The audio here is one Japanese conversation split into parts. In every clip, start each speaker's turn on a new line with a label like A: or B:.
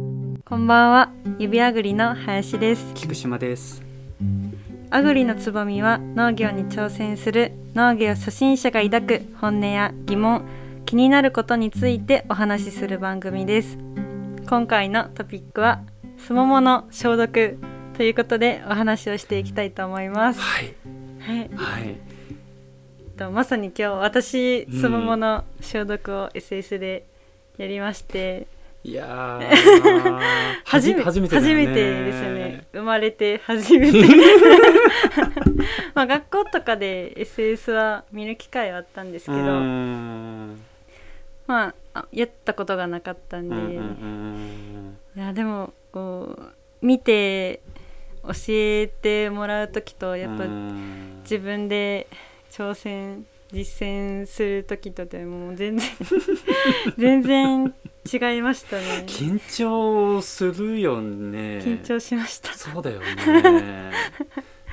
A: んばんは指あぐりの林です
B: 菊島です
A: あぐりのつぼみは農業に挑戦する農業初心者が抱く本音や疑問気になることについてお話しする番組です今回のトピックはすももの消毒ということでお話をしていきたいと思います
B: はい
A: はい、
B: はい
A: とまさに今日私
B: うん
A: すももの消毒を SS でやりまして、
B: いやー
A: 初め
B: 初めてだ
A: 初
B: よね
A: めてですよね生まれて初め てまあ学校とかで SS は見る機会はあったんですけ
B: う
A: ど、
B: ーん
A: まああやったことがなかったん
B: うんう
A: で、
B: んうん
A: いやでもこう見て教えてもらう時とやっぱ
B: うん
A: 自分で挑戦実践する時とでも全然 全然違いましたね
B: 緊張するよね
A: 緊張しました
B: そうだよ ね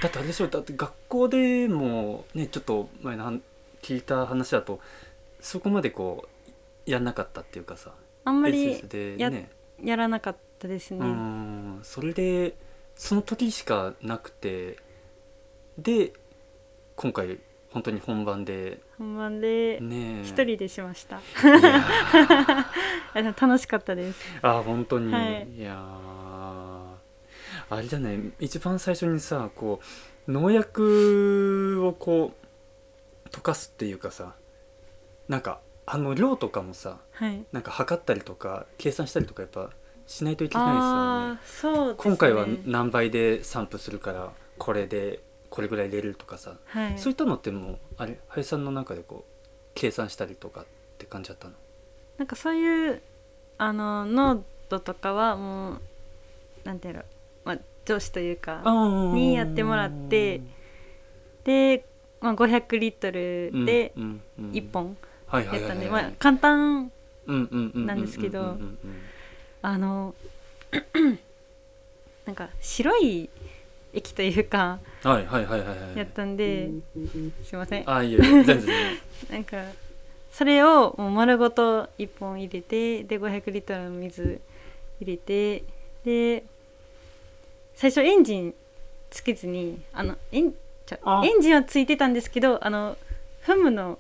B: だってあれでしょだって学校でもねちょっと前のはん聞いた話だとそこまでこうやんなかったっていうかさ
A: あんま
B: SS
A: り
B: で
A: や
B: ね
A: やらなかったですね、
B: うんそれでその時しかなくてで今回本当に本番で
A: 本番で
B: ね
A: 一
B: い
A: 人でしました、
B: や
A: あでも楽しかったです
B: あ本当に、
A: はい
B: い、やーあれじゃない一番最初にさこう農薬をこう溶かすっていうかさなんかあの量とかもさ
A: はい
B: なんか測ったりとか計算したりとかやっぱしないといけないですよ
A: ああ
B: ね
A: そうですね
B: 今回は何倍で散布するからこれでこれぐらい入れるとかさ、
A: はい
B: そういったのってもうあれ林さんの中でこう計算したりとかって感じだったの
A: なんかそういうあの濃度とかはもうなんていうの、まあ、上司というかにやってもらってで、まあ、500リットルで1本
B: や
A: やったんで、まあ、簡単
B: な
A: なんですけどあの なんか白い液というか
B: はいはいはいはいはい
A: やったんで、すいません
B: あいいよ全然全然
A: なんかそれをもう丸ごと1本入れてで500リットルの水入れてで最初エンジンつけずにあのエンち
B: あ
A: ょエンジンはついてたんですけどあのフムの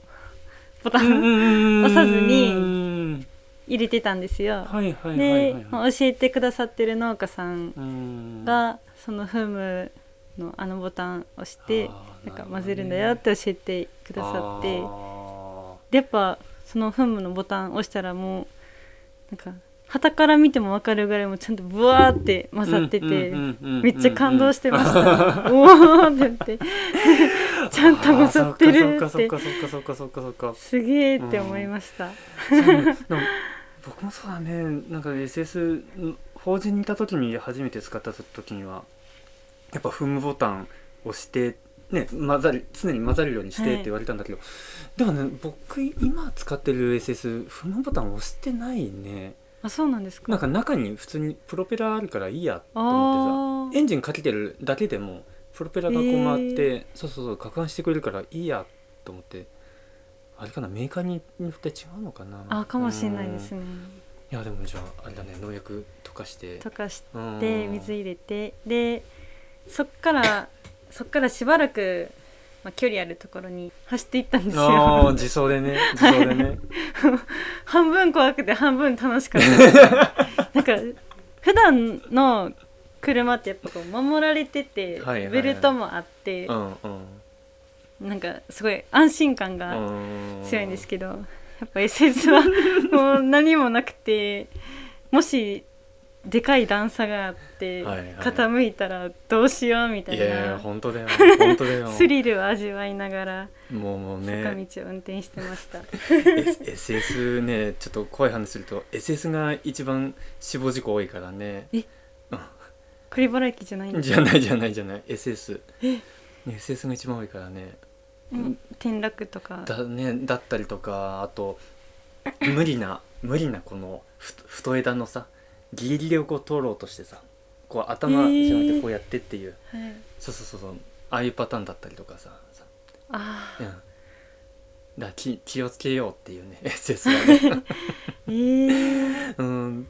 A: ボタ
B: うんう
A: ン
B: んうんう ん
A: 押さずに入れてたんですよ。
B: はいはいはいはい
A: で
B: はい、
A: まあ教えてくださってる農家さん
B: うん
A: がそのフムのあのボタンを押して
B: あー
A: なんか
B: なるほどね
A: 混ぜるんだよって教えてくださって。
B: あ
A: でやっぱそのフムのボタン押したらもうなんか旗から見ても分かるぐらいもうちゃんとブワーって混
B: ー
A: ざってて、
B: うんうんうんうん
A: めっちゃ感動してました、おおって言ってちゃんと混ざってる
B: あー
A: っ
B: そってかそっかそっかそっかそっかそっか
A: すげえって思いました、
B: でも僕もそうだねなんか SS 法人にいた時に初めて使った時にはやっぱ踏むボタン押して、ね、混ざり常に混ざるようにし
A: は
B: て
A: い
B: って言われたんだけど、でもね僕今使ってる SS 踏むボタン押してないね
A: あそうなんですか
B: なんか中に普通にプロペラあるからいいやと思っ
A: あ
B: てさ
A: ー
B: エンジンかけてるだけでもプロペラがこう回って、そうそうそう攪拌してくれるからいいやと思ってあれかなメーカーによって違うのかな
A: あかもしれないです
B: ね
A: ね
B: いやでもじゃああれだね農薬溶かして
A: 溶かし
B: うん
A: て水入れてでそっからそっからしばらく、まあ、距離あるところに走っていったんです
B: あー
A: よ
B: 自走でね自走 でね
A: 半分怖くて半分楽しかったですなんか 普段の車ってやっぱこう守られてて、
B: はいはいはい
A: ベルトもあって
B: う、んうん
A: なんかすごい安心感が
B: うん
A: 強いんですけど、やっぱ SS はもう何もなくてもしでかい段差があって、
B: はいはい
A: 傾いたらどうしようみたい
B: いやいや
A: な
B: 本 当だよ本当だよ
A: スリルを味わいながら
B: もうもう
A: 坂
B: ね
A: 道を運転してました、
B: S- SS ねちょっと怖い話すると SS が一番死亡事故多いからね
A: 栗原駅じゃないんです
B: じゃないじゃないじゃない SS ね SS が一番多いからね
A: うん転落とか
B: だねだったりとかあと無理な無理なこのふ太枝のさギリギリをこう通ろうとしてさこう頭じゃなくてこうやってっていう、
A: はい、
B: そうそうそうそうああいうパターンだったりとかささ
A: ああ
B: うんだから気気をつけようっていうね SS はね
A: ええ
B: うん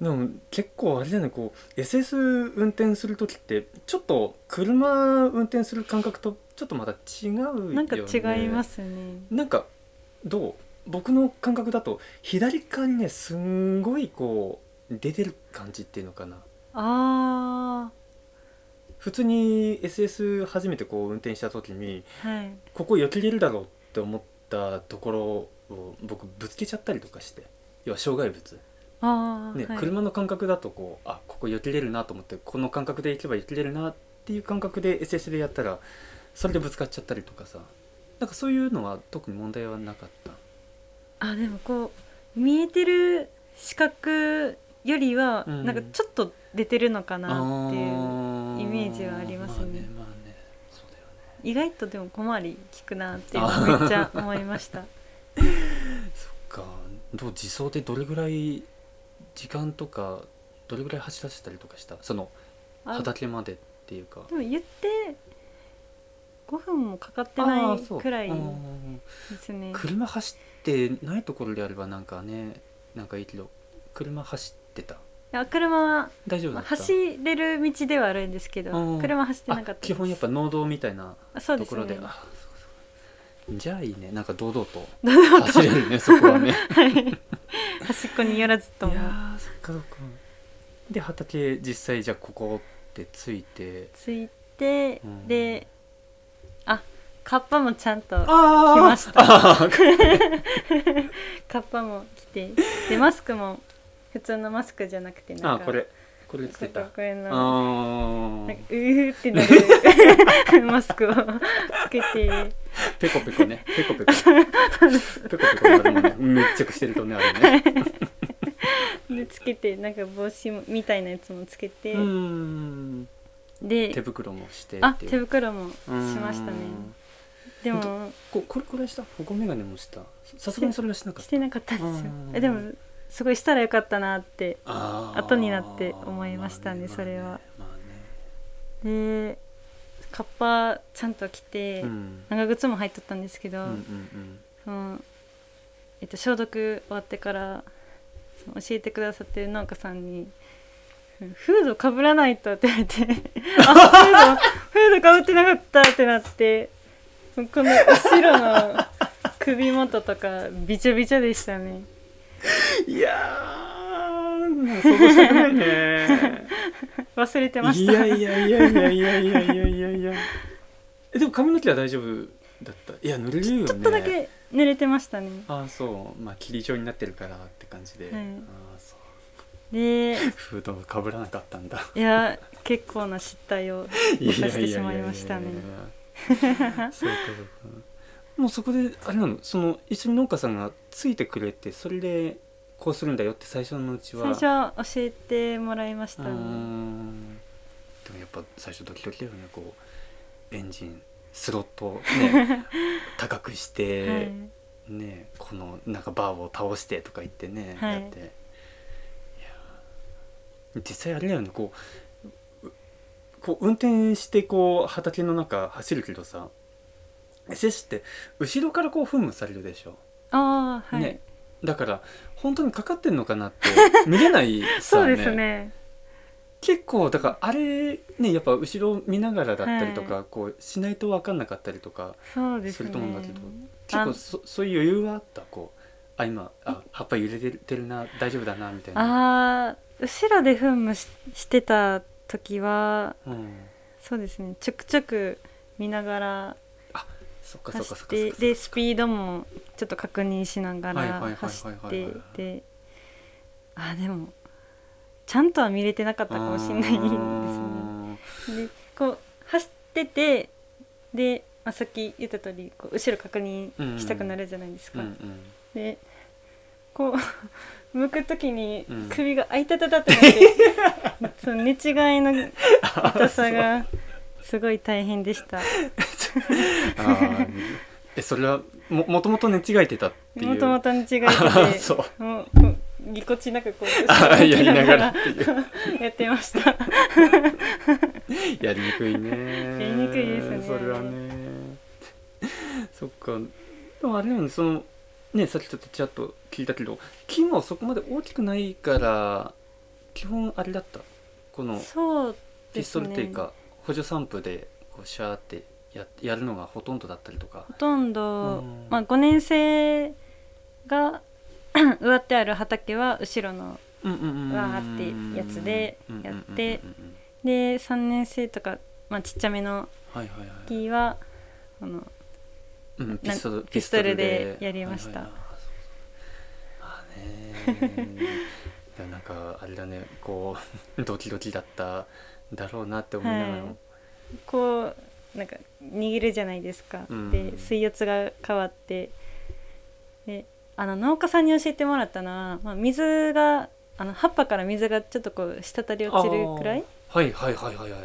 B: でも結構あれだねこう SS 運転する時ってちょっと車運転する感覚とちょっとまた違うよ、ね、
A: なんか違いますすよね
B: なんかどう僕の感覚だと左側にねすんごいこう出てる感じっていうのかな
A: あ
B: 普通に SS 初めてこう運転した時に
A: あはい
B: ここよけれるだろうって思ったところを僕ぶつけちゃったりとかして要は障害物
A: ああ、
B: ね、
A: はい、
B: 車の感覚だとこうあここ避けれるなと思ってこの感覚で行けば避けれるなっていう感覚で SS でやったらそれでぶつかっちゃったりとかさなんかそういうのは特に問題はなかった
A: あでもこう見えてる視覚よりは、
B: うん
A: なんかちょっと出てるのかなっていう
B: あ
A: イメージはありますね
B: まあねまあねそうだよね
A: 意外とでも小回り効くなっていうのをめっちゃ思いました
B: そっかどう自走でどれぐらい時間とかどれぐらい走らせたりとかしたその
A: あで
B: 畑までっていうか
A: も言って5分もかかってないくらい
B: あーそう
A: で
B: うん
A: すね
B: 車走ってないところであればなんかねなんかいいけど車走ってた
A: あ車は
B: 大丈夫
A: ま
B: だ
A: あ
B: った、
A: 走れる道ではあるんですけ
B: う
A: ど
B: ん
A: 車走ってなかった
B: あ基本やっぱ農道みたいな
A: ぱそう
B: と
A: で
B: こ
A: す
B: ろで
A: ね
B: あそうかそうかじゃあいいねなんか堂々と走れるねそこ はね
A: 端っこに寄らず
B: い
A: と
B: や
A: も
B: ーそっかそっかで畑実際じゃあここってついて
A: 着いて、
B: うん
A: であカッパもちゃんとー
B: あ
A: 来ました
B: あー
A: カッパも着てでマスクも普通のマスクじゃなくてな
B: あ
A: んか
B: これこれつ
A: こ
B: け
A: れ
B: たあ
A: これのなんか
B: あー
A: うーってなる マスクをつけ て
B: ペコペコね ペコペコペコペコなるもんね密着してるとねあれね
A: でつけてなんか帽子もみたいなやつもつけて、
B: うーん手
A: で
B: 袋もして
A: あ
B: っていう
A: 手袋もし
B: うーん
A: ましたねでも
B: ここれこれした保護メガネもしたささすがにそれはしなかっ
A: したてなかったんですよ
B: うん
A: えでもすごいしたらよかったなって
B: あー
A: 後になって思いましたね
B: まあ
A: それは
B: まあね
A: でカッパちゃんと着て、
B: まあねうん
A: 長靴も入っとったんですけど、
B: うんうん
A: そのえっと、消毒終わってからその教えてくださってる農家さんにうん「フードかぶらないと」って言われ て「あフードフードかぶってなかった」ってなってこの後ろの首元とかびちょびちょでしたね
B: うんいやーもう想像したくないね
A: 忘れてまし
B: い
A: た
B: やいやいやいやいやいやいやいやいやえでも髪の毛は大丈夫だったいや濡れるよね
A: ちょっとだけ濡れてましたね
B: ああそうまあ霧状になってるからって感じで、
A: はい
B: ああそう
A: で
B: フードかぶらなかったんだ
A: いや結構な失態を
B: いやいや
A: してしまいましたね
B: いやいやいやそうかそうかもうそこであれなのその一緒に農家さんがついてくれてそれでこうするんだよって最初のうち
A: 最
B: は
A: 初は教えてもらいまし
B: う
A: た
B: ー
A: ね
B: んでもやっぱ最初ドキドキだよねこうエンジンスロット ね高くして、
A: はい
B: ねこのなんかバーを倒してとか言ってね、
A: はい
B: やっていや実際あれだよねこううこう運転してこう畑の中走るけどさ SS って後ろからこう噴霧されるでしょ、
A: ああはい、
B: ねだから本当にかかってんのかなって 見れないさ
A: そうですね
B: 結構だからあれねやっぱ後ろ見ながらだったりとか、こうしないと分かんなかったりとか
A: そうです
B: す
A: ね
B: ると思うんだけど、
A: あ
B: 結構そそういう余裕はあったこうあ今あ葉っぱ揺れてるてるな大丈夫だなみたいな
A: あー後ろで噴霧ししてた時は
B: うん
A: そうですねちょくちょく見ながら
B: そっかそっ
A: 走
B: かそ
A: っ
B: っかそ
A: て
B: っかそっ
A: で
B: か
A: スピードもちょっと確認しなが
B: はいはいはいはい
A: ら
B: はい
A: 走っててあーでもちゃんとは見れてなかったかもしれないですね。でこう走っててで、まあ、さっき言った通りこう後ろ確認したくなるじゃないです
B: う
A: か、
B: んうん
A: でこう 向く時に
B: うん
A: 首が「あいたたた」って なってその寝違いの痛さがすごい大変でした
B: あーえそれはももともと寝違えてたっていう
A: もともと寝違いで
B: あそう
A: もうこうぎこちなくこう
B: あーやりながら
A: や
B: っていう
A: ってました
B: やりにくいね
A: やりにくいですね
B: それはね そっかでもあれなのそのねさっきちょっとちらっと聞いたけど木もそこまで大きくないから基本あれだったこの
A: そう
B: ピ
A: で
B: スト
A: す
B: ルってい
A: ね
B: うか、補助散布でこうシャーってややるのがほとんどだったりとか
A: ほとんど、
B: うん
A: まあ、5年生が 植わってある畑は後ろの
B: わ
A: わーってやつでやってで3年生とか、まあ、ちっちゃめの
B: はいはいはい、
A: 木はこの
B: うん、ピストル
A: ピストルでやりました
B: はいはいはいそうそうま あねいやなんかあれだねこうドキドキだっただろうなって思いながらも、
A: はいこうなんか握るじゃないですか、
B: うん
A: で水圧が変わってであの農家さんに教えてもらったのは、まあ、水があの葉っぱから水がちょっとこう滴り落ちるくらい
B: あーはいはいはいはいはい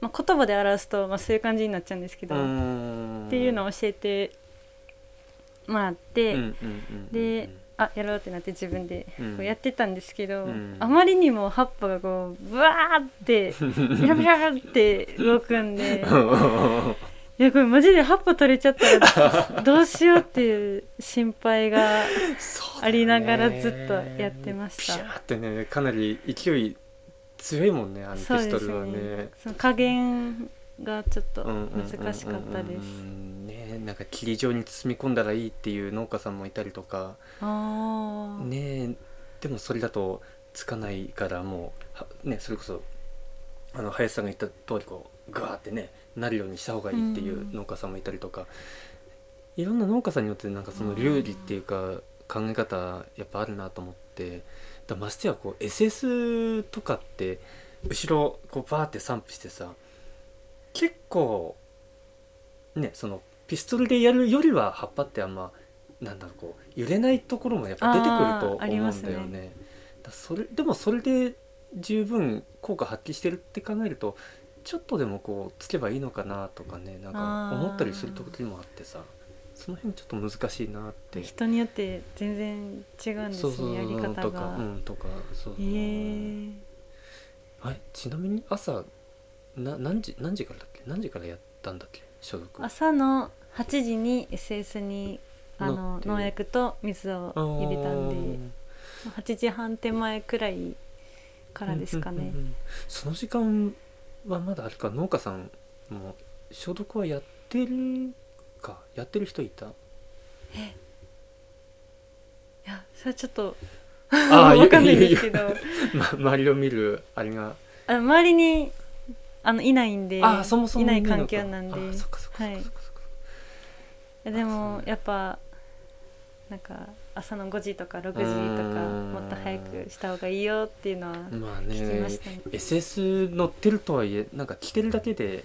A: まあ、言葉で表すと、まあ、そういう感じになっちゃうんですけど、っていうの
B: を
A: を教えてもらって、で あやろうってなって自分で
B: うん
A: こうやってたんですけど、
B: うん
A: あまりにも葉っぱがこうブワー ってビラビラって動くんでいやこれマジで葉っぱ取れちゃった らどうしようっていう心配がありながらずっとやってました
B: ピシャーってねかなり勢い強いもんねあのピ
A: そう
B: ス
A: で
B: ト
A: す
B: ルはね
A: ねその加減がちょっと
B: うんうんうんうんうん
A: 難しかったです。
B: ねなんか霧状に包み込んだらいいっていう農家さんもいたりとか
A: あー
B: ねでもそれだとつかないからもうはねそれこそあの林さんが言った通りこうガーってねなるようにした方がいいっていう農家さんもいたりとか、いろんな農家さんによってなんかその料理っていうか考え方やっぱあるなと思ってだましてやこう SS とかって後ろこうバーって散布してさ結構ねそのピストルでやるよりは葉っぱってあんまなんだろうこう揺れないところもやっぱ出てくると
A: あーあり
B: 思う
A: ま
B: ん
A: す
B: だ
A: ね
B: よね。だそれでもそれで十分効果発揮してるって考えるとちょっとでもこうつけばいいのかなとかねなんか思ったりする時もあってさその辺ちょっと難しいなって
A: 人によって全然違うんです
B: そうそう
A: ねやり方
B: とか
A: が
B: う。んとか
A: え
B: そうそう
A: ー、
B: はいちなみに朝な何時何時からだっけ何時からやったんだっけ所属
A: 朝の8時に SS にあ
B: なっ
A: の
B: て
A: 農薬と水を入れたんで8時半手前くらいか
B: から
A: ですかね。
B: その時間はまだあれか農家さんも消毒はやってるかやってる人い た
A: いやそれはちょっと
B: あー
A: わかんないですけど
B: ま、周りを見るあれが、
A: あの周りにあのいないんで
B: ああそもそも
A: いない
B: のか
A: 環境なんで
B: あーそっかそっかそっ
A: はい
B: かそっかそっか
A: いやで
B: そうなん
A: も
B: だ
A: やっぱなんか朝の5時とか6時と
B: う
A: か
B: ーん
A: もっと早くした方がいいよっていうのは
B: まあ
A: 聞き
B: ね
A: ましたね。
B: SS 乗ってるとはいえなんか着てるだけで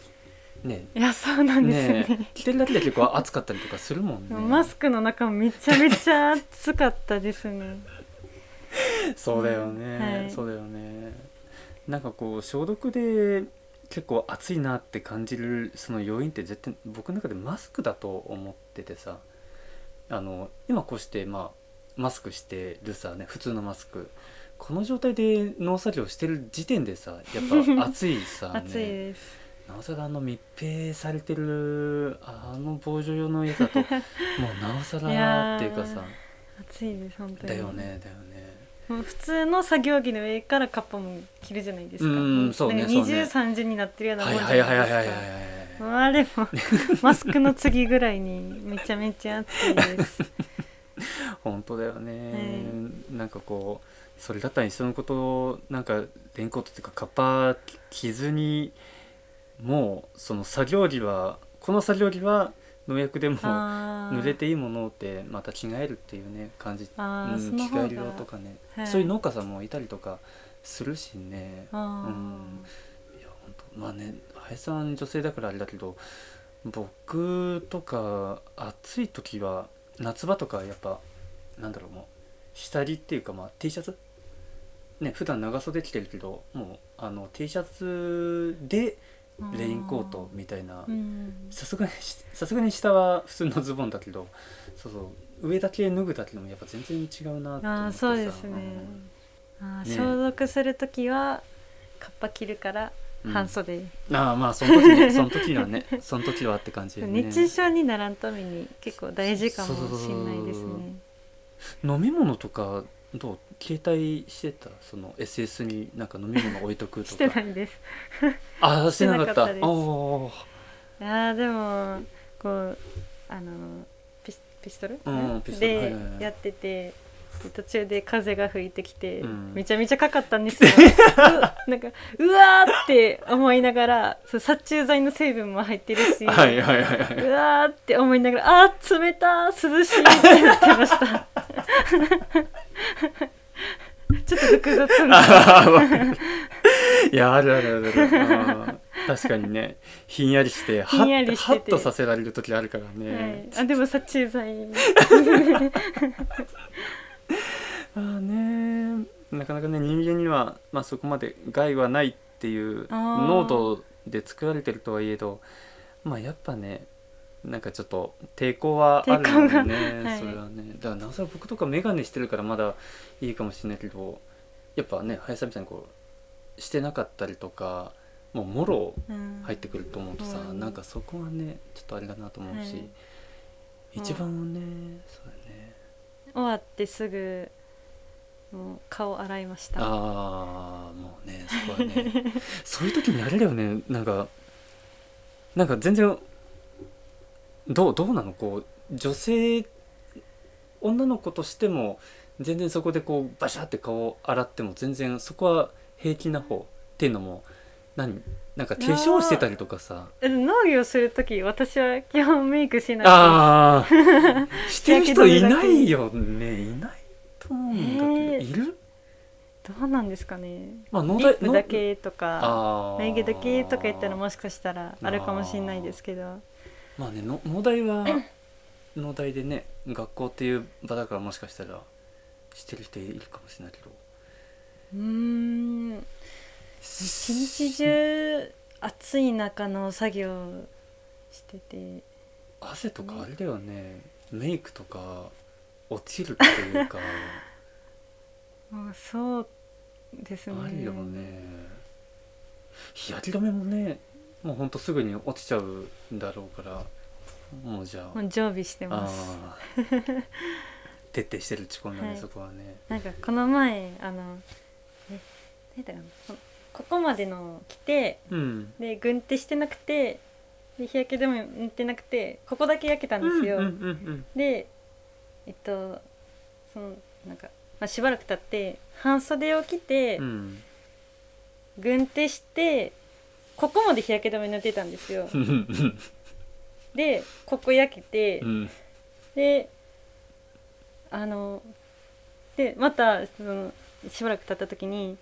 B: ね
A: いやそうなんですよ
B: ね
A: ね
B: 着てるだけで結構暑かったりとかするもんね
A: マスクの中めちゃめちゃ暑かったです ね。
B: そうだよね、
A: はい
B: そうだよねなんかこう消毒で結構暑いなって感じるその要因って絶対僕の中でマスクだと思っててさあの今こうしてまあマスクしてるさね普通のマスクこの状態で農作業してる時点でさやっぱ暑い さ、ね、
A: 暑いです。
B: なおさらあの密閉されてるあの防除用の家 だともうなおさ
A: い
B: ら
A: やー
B: っていうかさ
A: 暑いです本当に。
B: だよねだよね
A: もう普通の作業着の上からカッパも着るじゃないですか。
B: うんそう
A: 二
B: ねそうね
A: 十三十になってるようなも
B: は
A: んじ
B: い
A: ゃ
B: はいはい
A: な
B: はいいはいはい
A: で
B: はい
A: すか。もうあれもマスクの次ぐらいにめちゃめちゃ暑い です。
B: 本当だよね、なんかこうそれだったらいっそのことなんかレインコートっていうかカッパ着ずにもうその作業着はこの作業着は農薬でも濡
A: あー
B: れていいものってまた着替えるっていうね感じ、
A: あー
B: うん、
A: そ
B: 着
A: の方が
B: 替えるよとかね、
A: はい
B: そういう農家さんもいたりとかするしね
A: あー
B: うんいや本当まあね林さん女性だからあれだけど僕とか暑い時は夏場とかやっぱなんだろうもう下着っていうかまあ T シャツね普段長袖着てるけどもうあの T シャツでレインコートみたいな
A: うん
B: さすがにしさすがに下は普通のズボンだけどそうそう上だけ脱ぐだけでもやっぱ全然違うなと思
A: ああ
B: ってさ
A: そうですね。あー
B: ね
A: 消毒するときはカッパ着るから
B: うん
A: 半袖。
B: うんああまあその時ねその時はねその時はって感じでね
A: 熱中症にならんために結構大事かもしれないです
B: そうそうそう
A: ね。
B: 飲み物とかどう携帯してたその SS になんか飲み物置いとくと か
A: してないです
B: ああしてなかった
A: してなかったです
B: おお
A: あーでもこうあのピスピストル,、
B: うんピストルは
A: で
B: いはいはい
A: やっててで途中で風が吹いてきて、
B: うん
A: めちゃめちゃかかったん ですようなんかうわーって思いながらそう殺虫剤の成分も入ってるし、
B: ーはいはいはいうは
A: わーって思いながらあー冷たー涼しいってなってました ちょっと複雑な
B: はい いやあるあるあるあるあー確かにねひんやりしては
A: ひんやりして
B: ハ
A: て
B: ッとさせられる時あるから
A: はい
B: ね、、
A: あでも殺虫剤
B: ああねなかなかね人間には、まあ、そこまで害はないっていう
A: あー
B: 濃度で作られてるとはいえどまあやっぱねなんかちょっと抵抗はあるよね、
A: 抗がはい
B: それはねだからなおさら僕とか眼鏡してるからまだいいかもしれないけどやっぱね林さんみたいにこうしてなかったりとかもうもろ
A: うん
B: 入ってくると思うとさ、
A: うん
B: なんかそこはねちょっとあれだなと思うし、
A: はい
B: 一番ね、そうだね
A: 終わってすぐもう顔洗いました
B: ああもうねそこはねそういう時にあれだよねなんかなんか全然どうどうなのこう女性女の子としても全然そこでこうバシャって顔を洗っても全然そこは平気な方っていうのも何なんか化粧してたりとかさ
A: え農業する時私は基本メイクしない
B: ああしてる人いないよねいないと思うんだけど、
A: えー
B: いる
A: ですどうなんですかね
B: まあ
A: リ
B: 脳
A: ッ
B: 内
A: プだけとか
B: あー
A: 眉毛だけとか言ったらもしかしたらあるかもしれないですけど
B: まあねの農大は農大でね学校っていう場だからもしかしたらしてる人いるかもしれないけど
A: うーん一
B: 一
A: 日中暑い中の作業してて
B: 汗とかあれだよねメイクとか落ちるっていうか
A: もう そうですね
B: あるよね日焼け止めもねもうほんとすぐに落ちちゃうんだろうからもうじゃあ
A: もう常備してます
B: あー徹底してる打ち込んだね、
A: はい
B: そこはね
A: なんかこの前あのえなんだかなこここまでの着て
B: うん
A: で軍手してなくてで日焼け止め塗ってなくてここだけ焼けたんですよ、
B: うんうんうん
A: でえっとそのなんか、まあ、しばらく経って半袖を着て、
B: うんうん
A: 軍手してここまで日焼け止め塗ってたんですよ
B: うんうん
A: でここ焼けて、
B: うん
A: であのでまたそのしばらく経った時に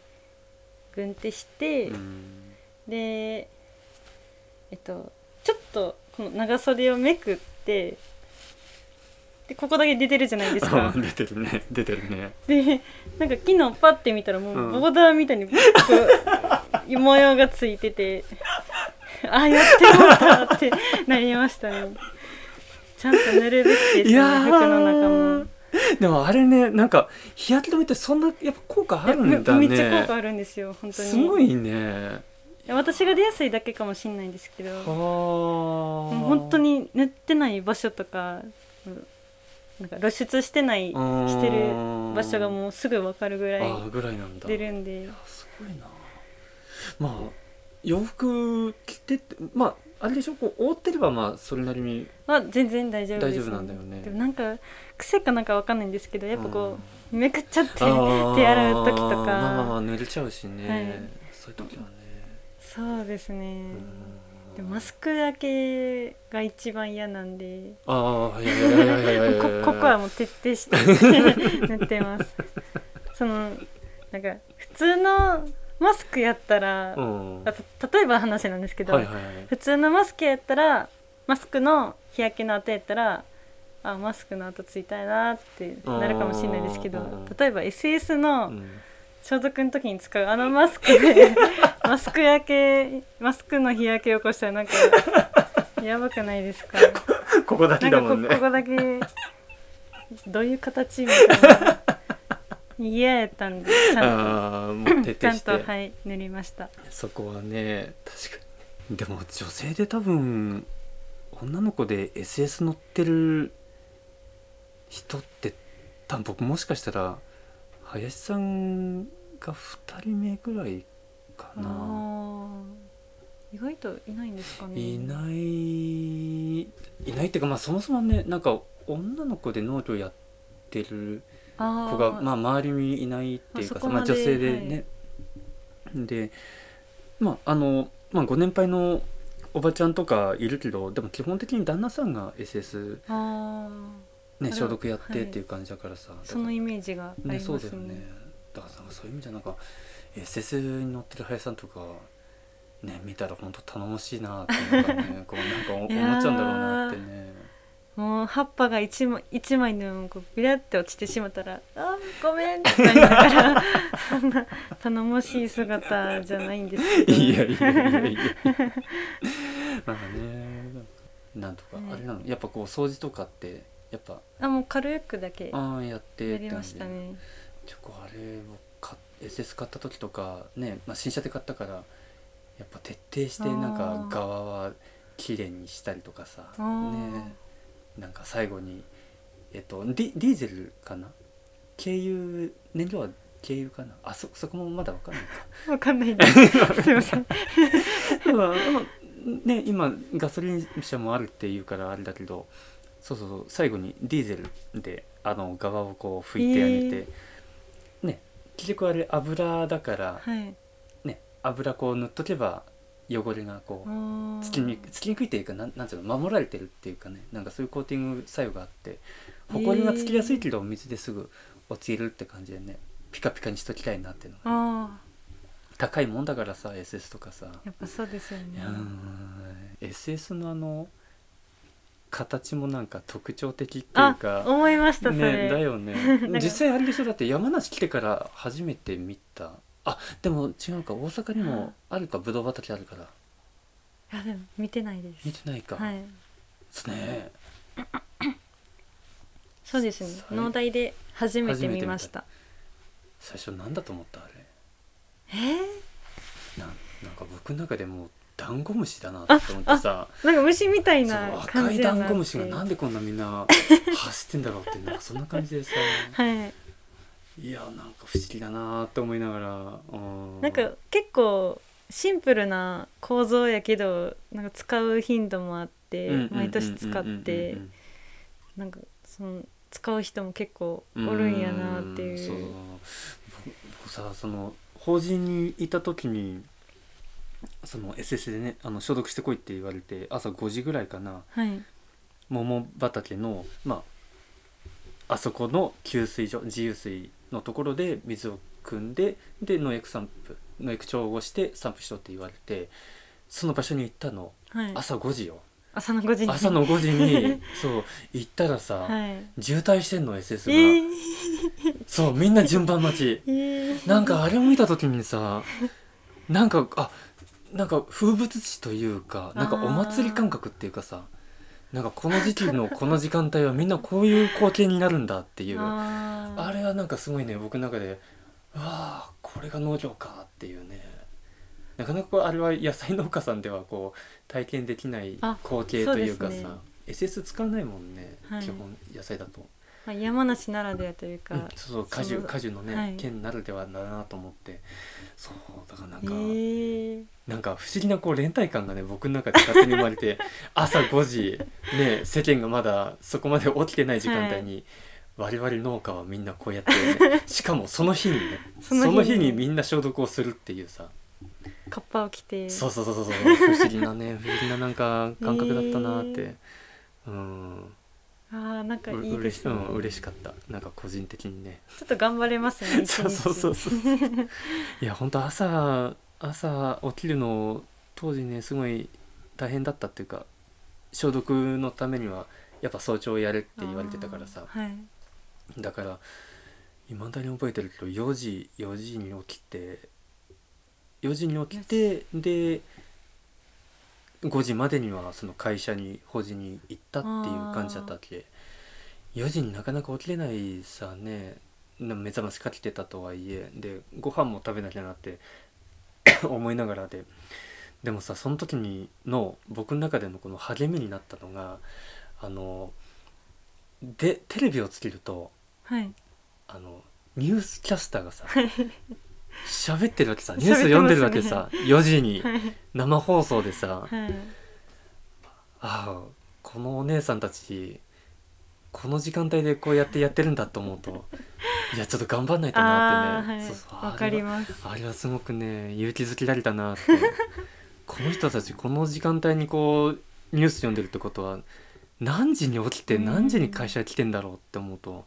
A: 軍手して、
B: うん
A: でえっとちょっとこの長袖をめくってでここだけ出てるじゃないですか
B: うん 出てるね出てるね
A: でなんか昨日パッて見たらも
B: う
A: うんボーダーみたいにこう模様がついてて あやってもうたってなりましたねちゃんと塗るべきです
B: い
A: ね
B: やー
A: 服の中も
B: でもあれねなんか日焼け止めってそんなやっぱ効果あるんだ
A: め
B: ね
A: めっちゃ効果あるんですよ本当に
B: すごいね
A: 私が出やすいだけかもしれないんですけど
B: はあ
A: もう本当に塗ってない場所とかうんなんか露出してない場
B: して
A: る所がもうすぐ分かるぐ
B: う
A: ら
B: あー
A: い
B: ぐらいなんだ
A: 出るんで
B: いやすごいなまあ洋服着てってまああれでしょこう覆ってればまあそれなりに
A: まあ全然大丈夫です
B: 大丈夫なんだよね
A: でもなんか癖かなんかわかんないんですけどやっぱこう、めくっちゃって
B: あー
A: 手洗う時とか
B: まあまあまあ濡れちゃうしね、
A: はい
B: そういう時はね、
A: そうですね
B: うん
A: でもマスクだけが一番嫌なんで
B: ああいやいやいやいやいやい
A: こ
B: や
A: こ こはもう徹底して塗って ますそのなんか普通のマスクやったら、
B: うん
A: あた例えば話なんですけど、
B: はいはいはい
A: 普通のマスクやったらマスクの日焼けの後やったらあマスクの後ついたいなってなるかもしれないですけ
B: う
A: ど
B: ん
A: 例えば SS
B: う
A: の
B: ん
A: 消毒の時に使うあのマスク でマスク焼けマスクの日焼け起こしたらなんかやばくないですか
B: ここだけだも
A: なんん
B: ね
A: かこここだけどういう形みたいな嫌やったんでちゃん
B: ああもう 徹
A: とちゃ
B: 底
A: ん
B: して
A: とはい塗りました
B: そこはね確かにでも女性で多分女の子で SS 乗ってる人って多分僕もしかしたら林さんが2人目ぐらいか
A: あ
B: な
A: ー意外といないんですかね
B: いないいないっていうかまあそもそもねなんか女の子で農業やってる
A: あー
B: 子がまあ、周りにいないっていう
A: あそ
B: かさ
A: こ
B: ま
A: ま
B: あ、
A: で
B: 女性でね、でまああの、まあ、ご年配のおばちゃんとかいるけどでも基本的に旦那さんが SS、
A: あー
B: ね、
A: あ
B: 消毒やっ
A: はい
B: てっていう感じだからさ、だから
A: そのイメージがあります
B: ねそうだよねだからなんかそういう意味じゃなんか SS に乗ってる林さんとかね見たら本当頼もしいなってなんか ねこうなんか思っち
A: いやー
B: ゃうんだろうなってね
A: もう葉っぱが一枚一枚でもこうビラって落ちてしまったら「あーごめん」ってなりながらそんな頼もしい姿じゃないんですけど
B: いやいやいやいや なんかねなんとか、
A: ね
B: あれなのやっぱこう掃除とかってやっぱ
A: あもう軽くだけや
B: ああやってって
A: り
B: 感
A: ま
B: じ
A: し
B: で
A: たね
B: ちょこあれを買っ SS 買った時とかね、まあ、新車で買ったからやっぱ徹底してなん
A: あ
B: か
A: ー
B: 側は綺麗にしたりとかさ
A: あー
B: ねなんか最後にえっとディディーゼルかな軽油燃料は軽油かなあそそこもまだわかんないか
A: わかんない ですすいません
B: まあまあね今ガソリン車もあるっていうからあれだけどそうそうそう最後にディーゼルであの側をこう拭いてあげて、ね結局あれ油だから
A: はい
B: ね油こう塗っとけば汚れがこ
A: あ
B: う
A: ー
B: つきにつきにくいっていうかなんなんていうの守られてるっていうかねなんかそういうコーティング作用があって
A: へー
B: 埃がつきやすいけどお水ですぐ落ちるって感じでねピカピカにしときたいなっていうのが
A: あ
B: 高いもんだからさ SS とかさ
A: ーやっぱそうですよ
B: い
A: ね
B: やー SS のあの形もなんか特徴的っていう
A: あ
B: か
A: 思いましたそ
B: ね
A: れ、
B: だよね
A: なんか
B: 実際あれでしょだって山梨来てから初めて見たあでも違うか大阪にもあるかぶどう畑あるから
A: いやでも見てないです
B: 見てないか、
A: はい
B: ですね
A: そうですね
B: 最
A: 農大で初めて見ました
B: 最初なんだと思ったあれ
A: えー
B: なんなんか僕の中でもうダンゴムシだなと思ってさ
A: なんか虫みたい
B: そ
A: な
B: の赤
A: 感
B: い
A: じや
B: ダ
A: なって
B: ンゴムシがなんでこんなみんな走ってんだろうってなんかそんな感じでさ
A: はい
B: いやなんか不思議だなと思いながらうん
A: なんか結構シンプルな構造やけどなんか使う頻度もあって
B: うんうんうんうんうんうん
A: 毎年使ってなんかその使う人も結構おるんやなってい
B: そう
A: う
B: 僕僕さその法人にいた時にその SS でねあの消毒してこいって言われて朝5時ぐらいかな
A: はい
B: 桃畑のまああそこの給水所自由水のところで水を汲んでで農薬散布農薬調合して散布しろって言われてその場所に行ったの
A: はい
B: 朝5時よ
A: 朝の5時に
B: 朝の5時にそう行ったらさ、
A: はい
B: 渋滞してんの SS
A: え
B: が、
A: ー、
B: そうみんな順番待ち
A: えー、
B: なんかあれを見た時にさなんかあなんか風物詩というかなんかお祭り感覚っていうかさなんかこの時期のこの時間帯はみんなこういう光景になるんだっていうあ
A: あー
B: れはなんかすごいね僕の中でうわあこれが農業かっていうねなかなかこうあれは野菜農家さんではこう体験できない
A: あ
B: 光景というか
A: そうですね
B: さ SS 使わないもんね、
A: はい
B: 基本野菜だと。
A: まあ山梨ならではというか、
B: うん、そうそう果樹
A: その
B: 果樹のね、
A: はい
B: 県ならではだなと思ってそうだからなん
A: え
B: か、
A: ー、
B: なんか不思議なこう連帯感がね僕の中で勝手に生ま れて朝5時ね世間がまだそこまで起きてない時間帯に、我々農家はみんなこうやって ね、しかもその日にねそ
A: その日に
B: の日にみんな消毒をするっていうさ、
A: カッパを着て
B: そうそうそうそうそう不思議なね不思議ななんか感覚だったなって、
A: へ
B: うん
A: あーなんか
B: う
A: いいで
B: 嬉し
A: すね
B: うん嬉しかったなんか個人的にね
A: ちょっと頑張れますね一日
B: そうそうそうそういや本当朝朝起きるの当時ねすごい大変だったっていうか消毒のためにはやっぱ早朝やれって言われてたからさ
A: あーはい
B: だから今だに覚えてるけど4時4時に起きて4時に起きてで5時までにはその会社に法事に行ったっていう感じだったわけ4時になかなか起きれないさねな目覚ましかけてたとはいえでご飯も食べなきゃなって 思いながらででもさその時にの僕の中でのこの励みになったのがあのでテレビをつけると
A: はい
B: あのニュースキャスター がさ喋ってるわけさニュース読んでるわけさ、4時に生放送でさ
A: はい
B: ああこのお姉さんたちこの時間帯でこうやってやってるんだと思う といやちょっと頑張んないとな
A: あ
B: っ
A: ー
B: て
A: は
B: ね
A: い
B: そうそう
A: わかり
B: あ
A: ます
B: れはあれはすごくね勇気づけられたなってこの人たちこの時間帯にこうニュース読んでるってことは何時に起きて
A: うん
B: 何時に会社来てんだろうって思うと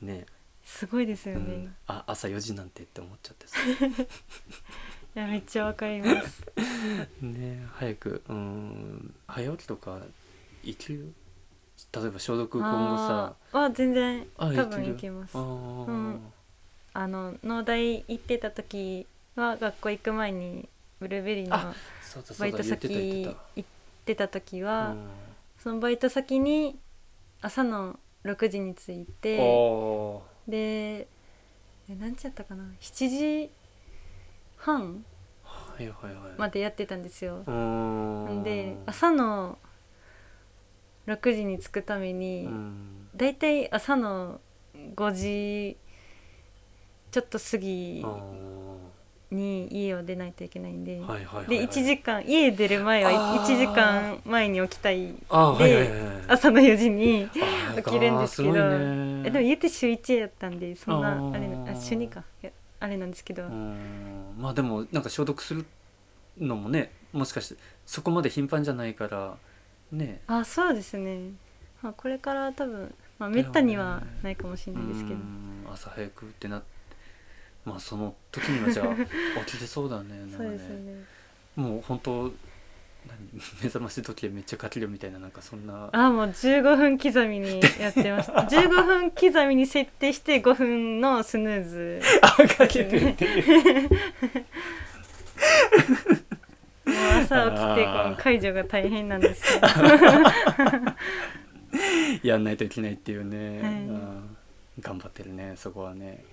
B: ね、
A: すごいです
B: う
A: よね、
B: ん、あ朝4時なんてって思っちゃって さ
A: いやめっちゃわかります
B: ね早くうん早起きとか生きる例えば消毒今後さ
A: あーは全然
B: あ
A: 多分
B: いける
A: いけます
B: あ
A: あ
B: ー
A: うんの農大行ってた時は学校行く前にブルーベリーの
B: あそうだ
A: バ
B: そう
A: イ
B: だ
A: ト
B: 言ってた言っ
A: 先
B: てた
A: 行ってた時は、
B: うん
A: そのバイト先に朝の6時に着いて
B: お
A: でえなんちゃったかな7時半
B: ーはいはいはい
A: までやってたんですよ
B: う、ーん
A: で朝の6時に着くため
B: う
A: に、
B: ん
A: だいたい朝の5時ちょっと過ぎ
B: あー
A: に家を出ないといけないんで、
B: はいはいはいはい
A: で1時間家出る前は
B: あー
A: 1時間前に起きたい
B: あーはいはいはいはい
A: 朝の4時に
B: あー
A: 起きるんですけど
B: すごいね
A: えでも言って週1やったんでそん
B: あ
A: な
B: ー
A: あれなあ週2かいやあれなんですけど、
B: うんまあでもなんか消毒するのもねもしかしてそこまで頻繁じゃないからね
A: あそうですね、まあ、これから多分、まあ、めったにはないかもしれないですけど、
B: うん朝早くってなってまあその時にはじゃ あ起きてそうだねなんか
A: そうですよね
B: もう本当何目覚まし時計めっちゃかけるみたいななんかそんな
A: あもう15分刻みにやってました 15分刻みに設定して5分のスヌーズ
B: かけてるってい
A: も
B: う
A: う朝起きてこ
B: あー
A: の解除が大変なんです よ
B: やんないといけないっていうね、
A: はい
B: うん頑張ってるねそこはね、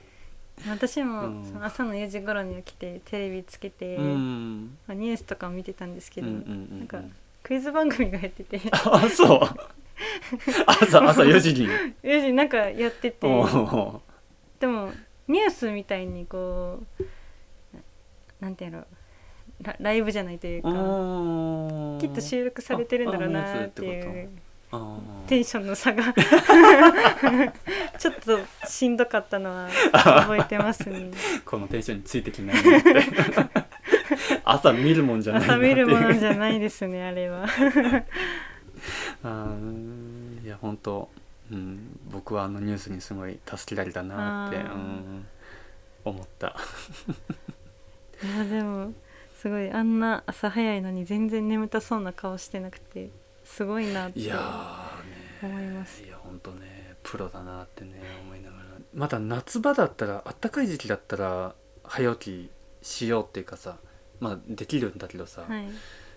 A: 私も
B: うん
A: その朝の4時頃に起きてテレビつけて、
B: うん
A: まあ、ニュースとかを見てたんですけど、
B: うんうんうんうん
A: なんかクイズ番組がやってて
B: あそう 朝朝4時に
A: 4時なんかやってて
B: おー
A: でもニュースみたいにこうななんていうのラライブじゃないというか
B: おー
A: きっと収録されてるんだろう
B: ああニュ
A: な
B: ース
A: っ
B: って
A: て
B: こと
A: いう
B: あー
A: テンションの差がちょっとしんどかったのは覚えてますね
B: このテンションについてきないなって朝見るも んじゃないな
A: 朝
B: ってい
A: 見
B: う
A: るものじゃないですねあれは
B: あーいや本当、うん、僕はあのニュースにすごい助けられたなって、う
A: あー
B: ん、思った
A: いやでもすごいあんな朝早いのに全然眠たそうな顔してなくてすごいなって
B: いやー
A: 思いま
B: ね
A: す
B: いや本当ねプロだなってね思いながらまだ夏場だったらあったかい時期だったら早起きしようっていうかさまあできるんだけどさ、
A: はい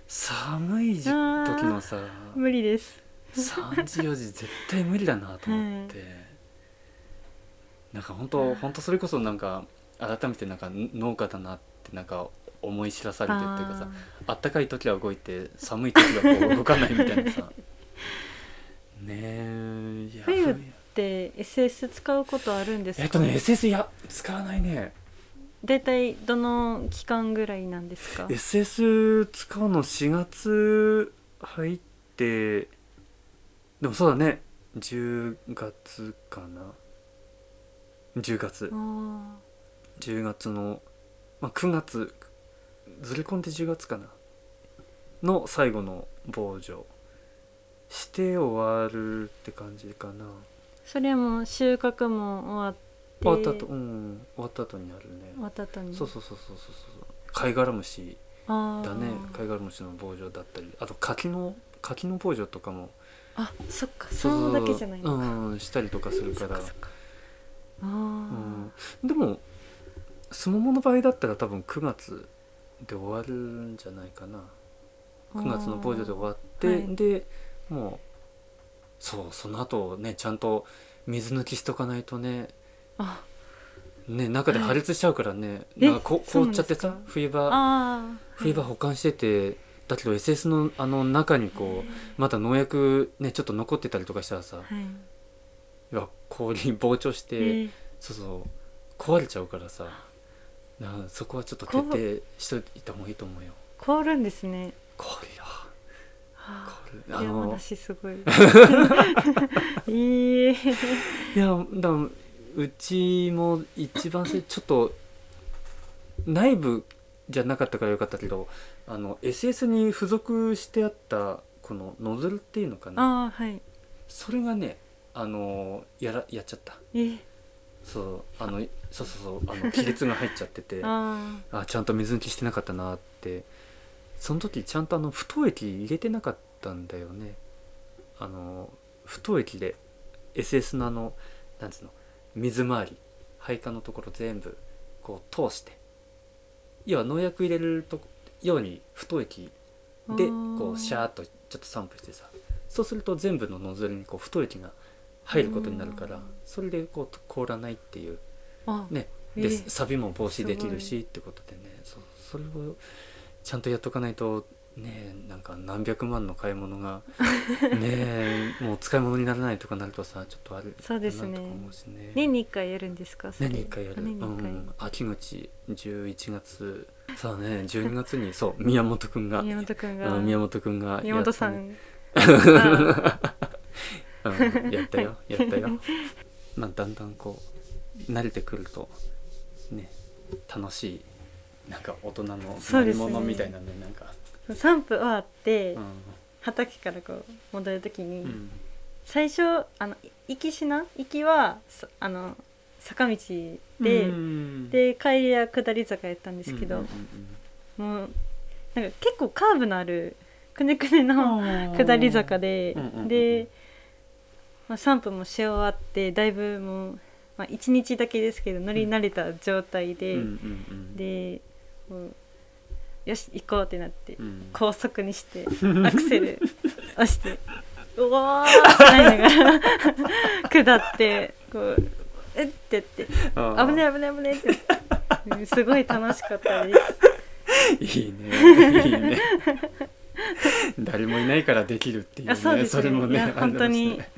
B: 寒い時時
A: あー
B: のさ
A: 無理です
B: 3時4時絶対無理だなと思って、なんか本当本当それこそなんか改めてなんか農家だなってなんか思い知らされてるっていうかさあったかい時は動いて寒い時はこう動かないみたいなさねえいや
A: 冬
B: そういう
A: って SS 使うことあるんですか、
B: えっとね SS いや使わないね
A: 大体どの期間ぐらいなんですか
B: SS 使うの4月入ってでもそうだね10月かな10月
A: あー
B: 10月の、まあ、9月ずれ込んで10月かなの最後の防除して終わるって感じかな
A: それも収穫も終わって
B: 終わった後、うん終わった後にあるね
A: 終わった後に
B: そうそうそうそうそうそう貝殻虫
A: あー
B: だね貝殻虫の防除だったりあと柿の柿の防除とかも
A: あそっかそ
B: そう
A: の
B: そう
A: だけじゃないのか
B: うんしたりとかする
A: そ
B: か
A: っ
B: ら
A: かそっかあ
B: うん
A: ー、
B: でもすももの場合だったら多分9月で終わるんじゃないかな9月の防除で終わって、
A: あーはい
B: でもうそうその後ねちゃんと水抜きしとかないとね
A: あ
B: ね中で破裂しちゃうからね、
A: え
B: なんかこ
A: そうな
B: 凍っ
A: ん
B: ちゃ
A: で
B: っ
A: す
B: て
A: か
B: さ冬場
A: あー
B: 冬場保管しててだけど SS のあの中にこうまだ農薬ねちょっと残ってたりとかしたらさ
A: はい、はい
B: いや氷膨張して、
A: えー
B: そうそう壊れちゃうからさだからそこはちょっと徹底しといた方がいいと思うよ
A: 凍るんですね
B: 凍るよ
A: は
B: 凍
A: あ
B: るあ
A: 山
B: の
A: 梨すごい いい
B: いやだからうちも一番最初ちょっと内部じゃなかったからよかったけどあの SS に付属してあったこのノズルっていうのかな
A: ああはい
B: それがねあのやらやっちゃった
A: え
B: そうあのそうそうそうあの亀裂が入っちゃっててあ
A: あ
B: ちゃんと水抜きしてなかったなってその時ちゃんとあの不凍液入れてなかったんだよねあの不凍液で SS のあのなんつうの水回り配管のところ全部こう通して要は農薬入れるとこように不凍液
A: あ
B: で
A: あー
B: こうシャーッとちょっと散布してさそうすると全部のノズルにこう不凍液が入ることになるから
A: うん
B: それでこう凍らないっていう
A: あ
B: ね
A: え
B: で
A: え
B: サビも防止できる
A: すご
B: しってことでねそうそれをちゃんとやっとかないとねなんか何百万の買い 物がねもう使い物にならないとかなるとさちょっとある
A: そうですね
B: かなとか思うしね
A: 年に一回やるんですかそれ
B: 年に1回やる、う
A: 年に一回、
B: ん、秋口11月さあね12月にそう宮本くんが
A: 宮本くんが
B: うん宮本くんが
A: 宮本さん
B: うんやったよやったよまあだんだんこう慣れてくるとね楽しいなんか大人の
A: そう
B: 乗
A: で
B: り
A: すね
B: 物みたいなねなんか
A: 散布終わって、
B: う
A: 畑からこう戻るときに、
B: んうん
A: 最初あのい行きしな行きはそあの坂道で、
B: うん
A: で帰りは下り坂やったんですけど、
B: うん
A: もうなんか結構カーブのあるくねくね
B: うん
A: の
B: うん
A: 下り坂で、
B: うんうんうんうん
A: で、まあ、散歩もし終わってだいぶもう、まあ、1日だけですけど乗り慣れた状態
B: う
A: で、
B: んうんうん
A: でもうよし行こうってなって、
B: うん
A: 高速にして アクセル押してうわーってなりながら 下ってこうえってやって
B: あー
A: 危ねえ危ねえ危ねえってなってう んすごい楽しかったです
B: いいねいいね 誰もいないからできるっていうね
A: あそうですね
B: れもね
A: いや
B: あります
A: 本当に
B: ね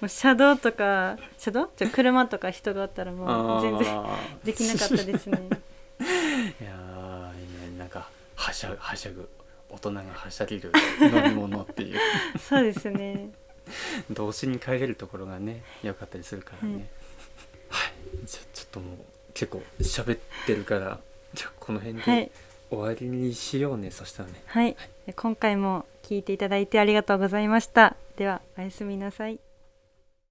A: もう車道とか車道じゃ車とか人があったらもう全然
B: あー
A: できなかったですね
B: いやーいいねなんかはしゃぐはしゃぐ大人がはしゃぎる乗り物っていう
A: そうですね
B: 童心に帰れるところがね良かったりするからね、はい、じゃあちょっともう結構喋ってるからじゃあこの辺
A: はい
B: で終わりにしようね、そしたらね
A: はい今回も聞いていただいてありがとうございましたではおやすみなさい